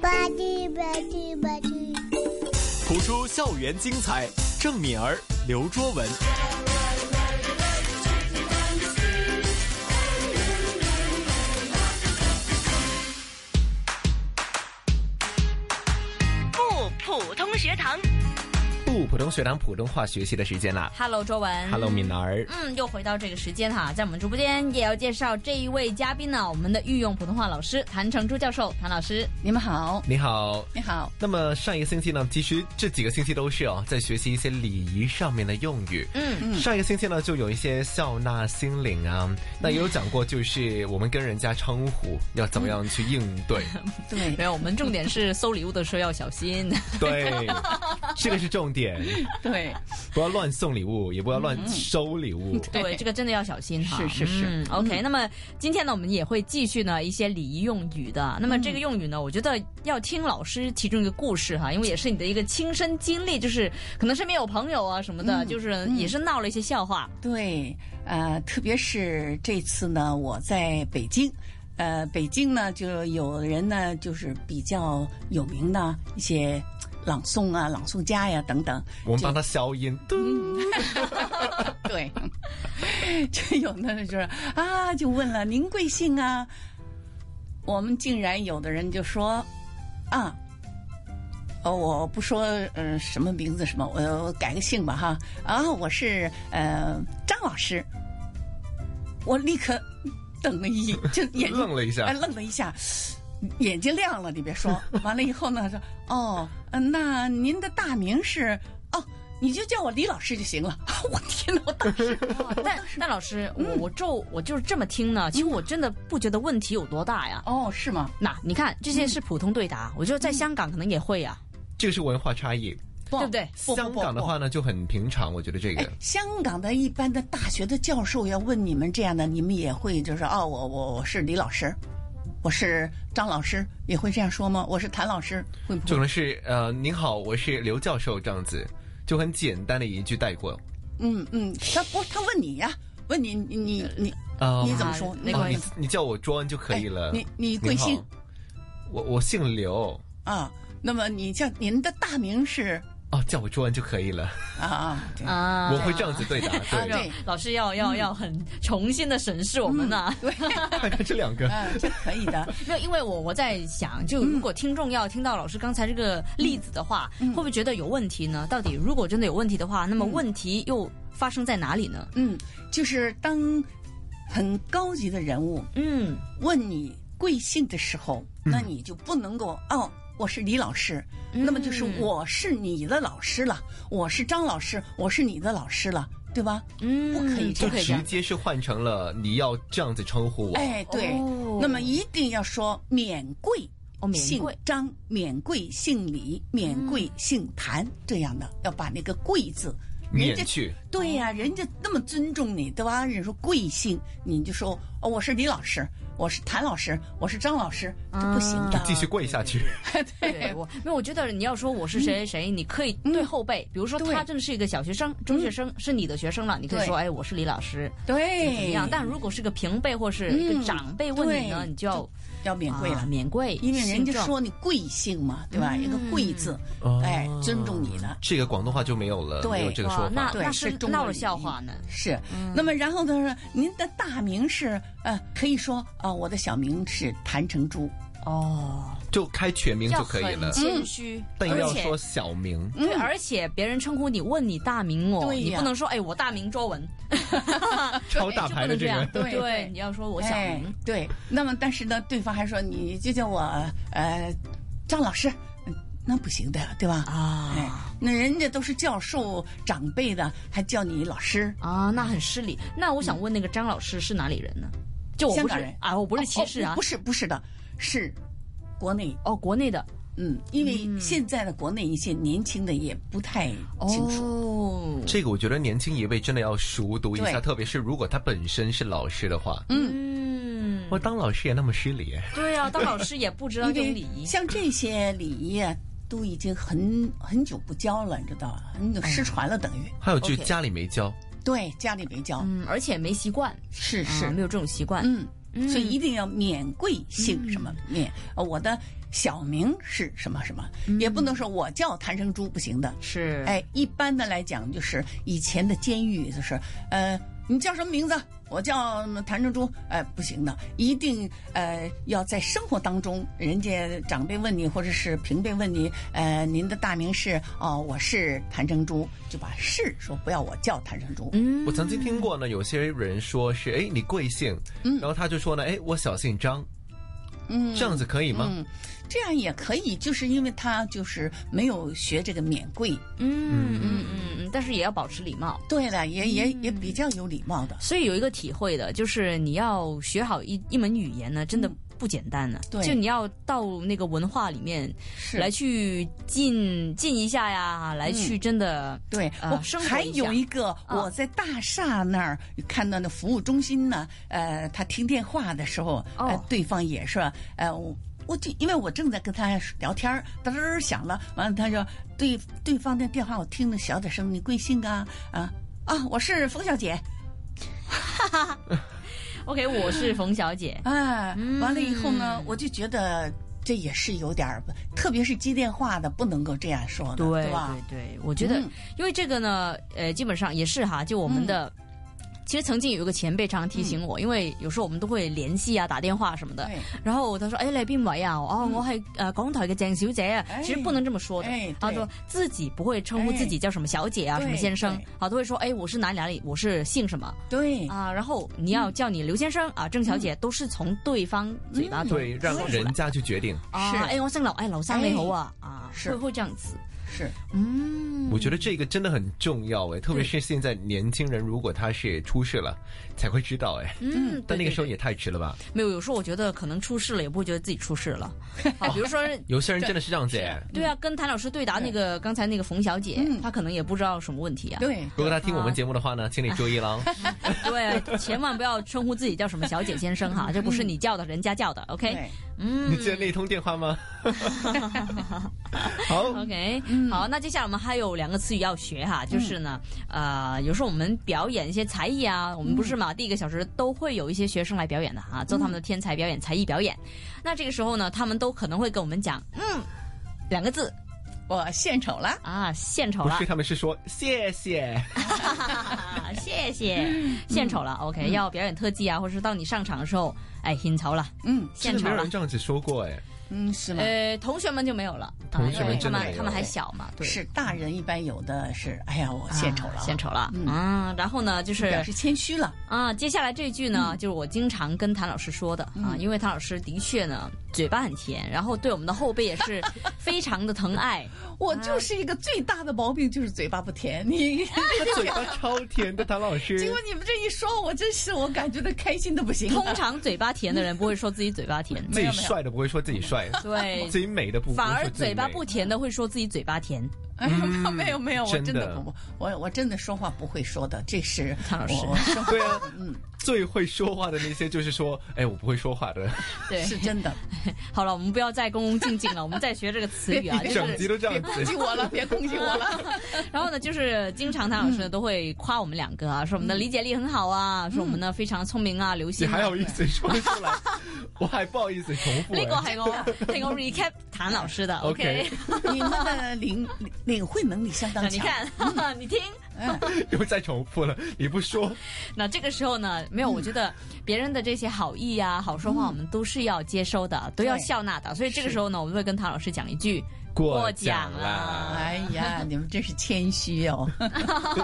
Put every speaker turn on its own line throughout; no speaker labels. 吧唧吧唧吧唧。
谱出校园精彩，郑敏儿、刘卓文。
不普通学堂。
不普通学堂普通话学习的时间啦
Hello，周文。
！Hello，敏儿，
嗯，又回到这个时间哈，在我们直播间也要介绍这一位嘉宾呢，我们的御用普通话老师谭成珠教授，谭老师。
你们好，
你好。
你好，
那么上一个星期呢，其实这几个星期都是哦，在学习一些礼仪上面的用语。
嗯，
上一个星期呢，就有一些笑纳心领啊，那也有讲过，就是我们跟人家称呼要怎么样去应 对。
对
没有，我们重点是收礼物的时候要 小心。
对，这个是重点，
对，
不要乱送礼物，也不要
嗯
乱收礼 物。
对，这个真的要小心哈。
是是是
嗯，OK，那么今天呢，我们也会继续呢一些礼仪用语的。那么这个用语呢，我觉得要听老师其中一个故事哈，因为也是你的一个亲身经历，就是可能身边有朋友啊什么的，
嗯
就是
嗯
也是闹了一些笑话。
对，呃，特别是这次呢，我在北京，呃，北京呢就有人呢就是比较有名的一些朗诵啊、朗诵家呀等等，
我们帮他消音。嘟
嗯 对，就有的人就是啊，就问了您贵姓啊？我们竟然有的人就说啊，哦，我不说呃什么名字什么，我我改个姓吧哈啊，我是呃张老师，我立刻瞪了一就眼睛
愣了一下
哎，愣了一下。眼睛亮了，你别说，完了以后呢，说哦，呃那您的大名是哦，你就叫我李老师就行了。 我天哪，我 当时嗯
哇但但老师，我我就我就是这么听呢，其实我真的不觉得问题有多大呀。
哦，是吗？
那你看这
嗯
些是普通对答，我觉得在香港可能也会呀，
这个是文化差异。
不
对不对
不
香港的，话
不
呢就很平常，我觉得这
不
个
哎，香港的一般的大学的教授要问你们这样的，你们也会就是哦，我我我是李老师，我是张老师，也会这样说吗？我是谭老师，会不
就可
会？
能是呃，您好，我是刘教授这样子，就很简单的一句带过。
嗯嗯，他不，他问你呀、问你你你你
啊
你怎么说
啊？
你
那个
哦你你叫我庄就可以了。
哎你你贵
好
姓？
我我姓刘，
啊，那么你叫您的大名是
哦，叫我庄就可以了。
啊啊，对
啊
我会这样子对答，
啊
对，
对嗯
老师要要要很重新的审视我们呐、
对，
看看这两个。
啊
嗯，这可以的。
没有，因为我我在想，就
嗯
如果听众要听到老师刚才这个例子的话，会不会觉得有问题呢？到底如果真的有问题的话，那么问题又发生在哪里呢？
嗯，就是当很高级的人物
嗯，
问你贵姓的时候，那你就不能够哦，我是李老师，那么就是
嗯
我是你的老师了，我是张老师，我是你的老师了，对吧？
嗯
不可以
就
这样
不可以这
直
样。
接是换成了你要这样子称呼我，
哎，对，
哦
那么一定要说免贵。
哦免
姓
贵
张，免贵姓李，免贵姓谭，这样的要把那个“贵”字，人
免
家
去。
对呀、人家那么尊重你，对吧？人家说贵姓，你就说哦，我是李老师，我是谭老师，我是张老师，这不行的。
继续跪下去，
啊对我，因为我觉得你要说我是谁谁谁，你可以对后辈，比如说
嗯对嗯
他真的是一个小学生、中学生，是你的学生了，你可以
对
说，哎，我是李老师，怎
对，
么样？但如果是个平辈或是一个
嗯
长辈问你呢，
对
你就要
要免贵了，
啊免嗯贵，啊
因为人家
姓郑
说你贵姓嘛，对吧？一个贵字，
哦
哎，尊重你的。
这个广东话就没有了，
对
没有这个
哇
说
那
法。
对
那
是中国
闹了
礼仪
笑话呢。
是，
嗯
那么然后他说：“您的大名是呃，可以说啊、呃我的小名是谭成珠。
哦，
就开全名
要
就可以
很
了，
谦
嗯
虚，
但
而
要
且嗯
说小名。
对，而且别人称呼你问你大名哦，
对呀
你不能说哎我大名周文，
超大牌的
哎就不能
这
这样
个，
对
对对
你要说我小
哎
名，
对，那么但是呢，对方还说你就叫我呃张老师，嗯那不行的，对吧？哎
啊。，
那人家都是教授长辈的，还叫你老师，
啊，那很失礼。那我想问那个张老师是哪里人呢？就我
香
不
港
是
人
啊，我不是歧视
哦
啊
不，是不是的，是国内，
哦，国内的
嗯，因为现在的国内一些年轻的也不太清楚，
哦，
这个我觉得年轻一辈真的要熟读一下，
对
特别是如果他本身是老师的话，
嗯，
我当老师也那么失礼，
对啊，当老师也不知道这种
因
礼
为
仪。
像这些礼仪啊，都已经很很久不教了，你知道吧？很久失传了，等于、
还有句
OK
家里没教，
对家里没教，
嗯，而且没习惯，
是
啊嗯
是，嗯
没有这种习惯。嗯
嗯，所以一定要免贵姓什么免。呃我的小名是什么什么，
嗯
也不能说我叫谭生珠不行的。
是，
哎，一般的来讲，就是以前的监狱就是，呃，你叫什么名字？我叫谭成珠。哎、不行的，一定呃要在生活当中，人家长辈问你，或者是平辈问你，呃，您的大名是哦，我是谭成珠，就把是说不要我叫谭成珠。
嗯
我曾经听过呢，有些人说是哎你贵姓，
嗯
然后他就说呢哎我小姓张，
嗯，
这样子可以吗？
嗯，这样也可以，就是因为他就是没有学这个免贵。
嗯嗯嗯嗯，但是也要保持礼貌。
对了，也也也比较有礼貌的。
所以有一个体会的，就是你要学好一一门语言呢，真的不简单呢、
嗯对
就你要到那个文化里面
是嗯
来去进进一下呀，来去真的、
对，
呃
我
生活
还
一
有
下
一个，
啊
我在大厦那儿看到那服务中心呢，呃，他听电话的时候，
哦
呃，对方也说，呃，我我就因为我正在跟他聊天儿，噔噔噔响了，完了他说对对方的电话我听得小点声，你贵姓啊？啊啊，我是冯小姐。
OK，我是冯小姐
啊。完了以后呢
嗯，
我就觉得这也是有点儿，特别是接电话的不能够这样说的，
对
吧？
对对，我觉得、
嗯
因为这个呢，呃，基本上也是哈，就我们的。
嗯
其实曾经有一个前辈常提醒我，因为有时候我们都会联系啊、打电话什么的。
对
然后他说：“哎，你係邊位啊？哦，我係呃港台嘅鄭小姐啊。
嗯哎
其实不能这么说的，
哎
他
对
说自己不会称呼自己叫什么小姐啊、
哎
什么先生
对嗯对，
好，都会说：哎，我是哪里哪里，我是姓什么
对，
啊。然后你要叫你刘先生啊、郑小姐，
嗯
都是从对方嘴巴中
对，让
说出来
人家去决定。
啊
是，
哎，我姓刘，哎，刘生你好啊，啊，
是
会会这样子，
是。
嗯，
我觉得这个真的很重要哎，特别是现在年轻人，如果他是出事了，才会知道哎。
嗯，
但那个时候
对
也太迟了吧？
对没有，有时候我觉得可能出事了，也不会觉得自己出事了。啊，比如 说，
有些人真的是这样子哎。
对啊，跟谭老师对答那个刚才那个冯小姐
嗯，
她可能也不知道什么问题啊。
对，
如果他听我们节目的话呢，请你注意了。哦
对，啊千万不要称呼自己叫什么小姐先生哈，这不是你叫的，人家叫的。OK，
对
嗯，
嗯你记得那通电话 吗？好，
OK，、好，
嗯
那接下来我们还有两个词语要学哈，就是呢，呃，有时候我们表演一些才艺啊，我们不是嘛，第一个小时都会有一些学生来表演的哈，做他们的天才表演、才艺表演。那这个时候呢，他们都可能会跟我们讲，嗯，两个字
我献丑了。
啊，献丑
不
了
是，，他们是说谢谢。
啊， 谢谢，献丑了。OK，要表演特技啊，或是到你上场的时候，哎，献丑了，
嗯
真
献
的
丑
没有
了
人。这样子说过哎，
嗯，是吗？
呃，同学们就没有了，啊
同学
因为
们
他
真的
们
没有
他们还小嘛，对，
是大人一般有的是，哎呀，我
啊
献丑了，
献丑了，
嗯
嗯，然后呢，就是
表示谦虚了。
啊，接下来这句呢，
嗯
就是我经常跟谭老师说的啊，因为谭老师的确呢，嘴巴很甜，然后对我们的后辈也是非常的 疼爱。
我就是一个最大的毛病，就是嘴巴不甜。你，
他嘴巴超甜的，谭老 师。
经过你们这一说，我真是我感觉到开心的不行了。
通常嘴巴甜的人不会说自己嘴巴甜，
自己帅的不会说自己帅，
对，
自己美的不
反而
不会说自己
嘴巴
美嗯
不甜的会说自己嘴巴甜。
哎呦，没有没有，我
真
真
的
的不，我我真的说话不会说的，这是
唐老师
我我生活
对 啊，
嗯
最会说话的那些就是说，哎，我不会说话 的，
对，
是真 的。
好了，我们不要再恭恭敬敬了，我们再学这个 词语啊，就
整集
是。
都这样
攻击
子。
我了，别攻击我了。
然后呢，就是经常谭老师呢都会夸我们两个啊，说我们的理解力很好啊，说我们呢非常聪明啊，
嗯
留
你
心
还
啊。
好意思说出 来，我还不好意思重复、哎
呢個係我係我 recap 谭老师的
OK
，OK。
你们的领领领会能力相当
那
强。
你，看，你听。
又再重复了，你不说，
那这个时候呢，没有，我觉得别人的这些好意啊、好说话，我们都是要接收的，都要笑纳的。所以这个时候呢，我们会跟唐老师讲一句
过
奖
奖
啦
啦，
哎呀，你们真是谦虚哦，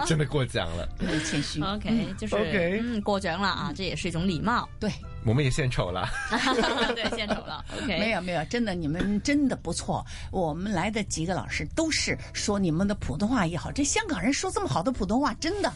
真的过奖了，
真的谦虚。
，OK，就是
OK
嗯，过奖了啊，这也是一种礼貌。
对，
我们也献丑了。
对，献丑了，OK。
没有没有，真的你们真的不错。我们来的几个老师都是说你们的普通话也好，这香港人说这么好的普通话，真的，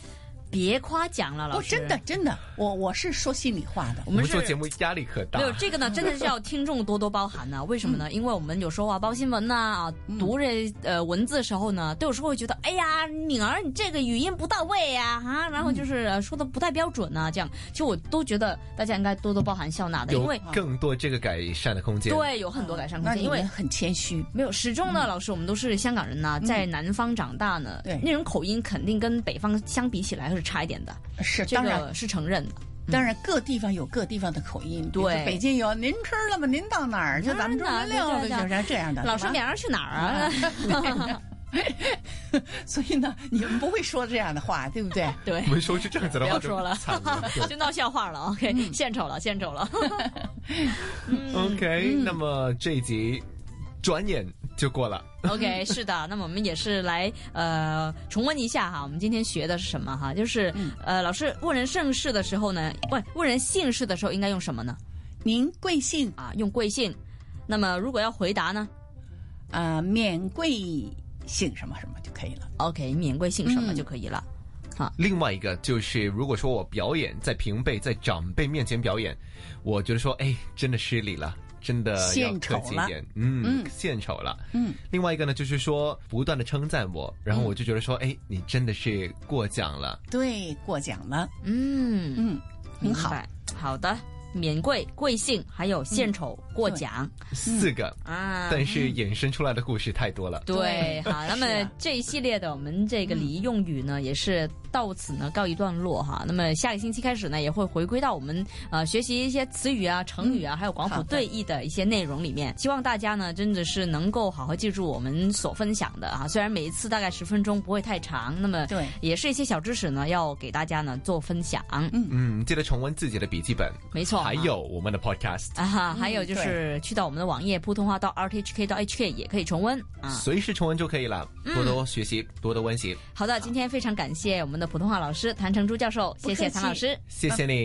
别夸奖了，老
我
师，
哦真的。真的，我我是说心里话的
我。
我们
们
做
是
节目压力可大
没，有 这个呢，真的是要听众多多包涵呢、为什
嗯
么呢？因为我们有时候啊，包新闻呐、啊，读这呃文字的时候呢，都有时候会觉得，哎呀，敏儿你这个语音不到位呀、啊，然
嗯
后就是呃说的不太标准啊，这样，其实我都觉得大家应该多多包涵笑纳的，因
有
为
更多这个改善的空间。，
对有很多改善空
那
间，
你
因为
们。很谦虚，
没有，始终呢，老师，我们都是香港人呐、在南方长大呢，
嗯对
那种口音肯定跟北方相比起来是差一点的，
是
这嗯
当然
个是承认的。
当然，各地方有各地方的口音。比如说
对
北京有“您吃了吗？您到哪儿去？
您
咱们中间
到哪
溜
儿
达
对
去”，
对对
是这样的。
老师
是吧
脸上去哪儿啊？
所以呢，你们不会说这样的话，对不对？
对
我。们说出这样子的
不
话
要
就
说了
惨了。对
就 闹笑话了，OK，
嗯
献丑了，献丑了。嗯
OK，、那么这一集转眼就过了。
OK，是的，那么我们也是来呃重温一下哈，我们今天学的是什么哈？就是、呃，老师问人姓氏的时候呢，问问人姓氏的时候应该用什么呢？
您贵姓
啊，用贵姓。那么如果要回答呢
啊、免贵姓什么什么就可以了。
？OK，免贵姓什么
嗯
就可以了。
另外一个就是，如果说我表演在平辈、在长辈面前表演，我觉得说，哎，真的失礼了。真的要
献
客
丑
气一
了
点，嗯
嗯，
献丑了。
嗯，
另外一个呢，就是说不断的称赞我，然后
嗯
我就觉得说，哎，你真的是过奖了。
对，过奖了。
嗯，
嗯，很好
明。白。嗯好的，免贵、贵姓，还有献丑、过奖
四个，
啊。
但是衍生出来的故事太多了。
对，好，那
是
么
啊嗯
这一系列的我们这个礼仪用语呢，也是到此呢告一段落哈。那么下个星期开始呢，也会回归到我们呃学习一些词语啊、成语啊，还有广
嗯好
府
的
对弈的一些内容里面。希望大家呢真的是能够好好记住我们所分享的啊，虽然每一次大概十分钟不会太长，那么
对
也是一些小知识呢，要给大家呢做分享。
嗯，记得重温自己的笔记本，
没错
还有我们的 podcast，
啊哈，还有
嗯
就是去到我们的网页普通话到 rthk 到 hk 也可以重温啊。
随时重温就可以了。多多学习，多多温习，
好的，今天非常感谢我们的普通话老师谭成珠教授，谢谢
客
谭
气
老师。
谢谢你。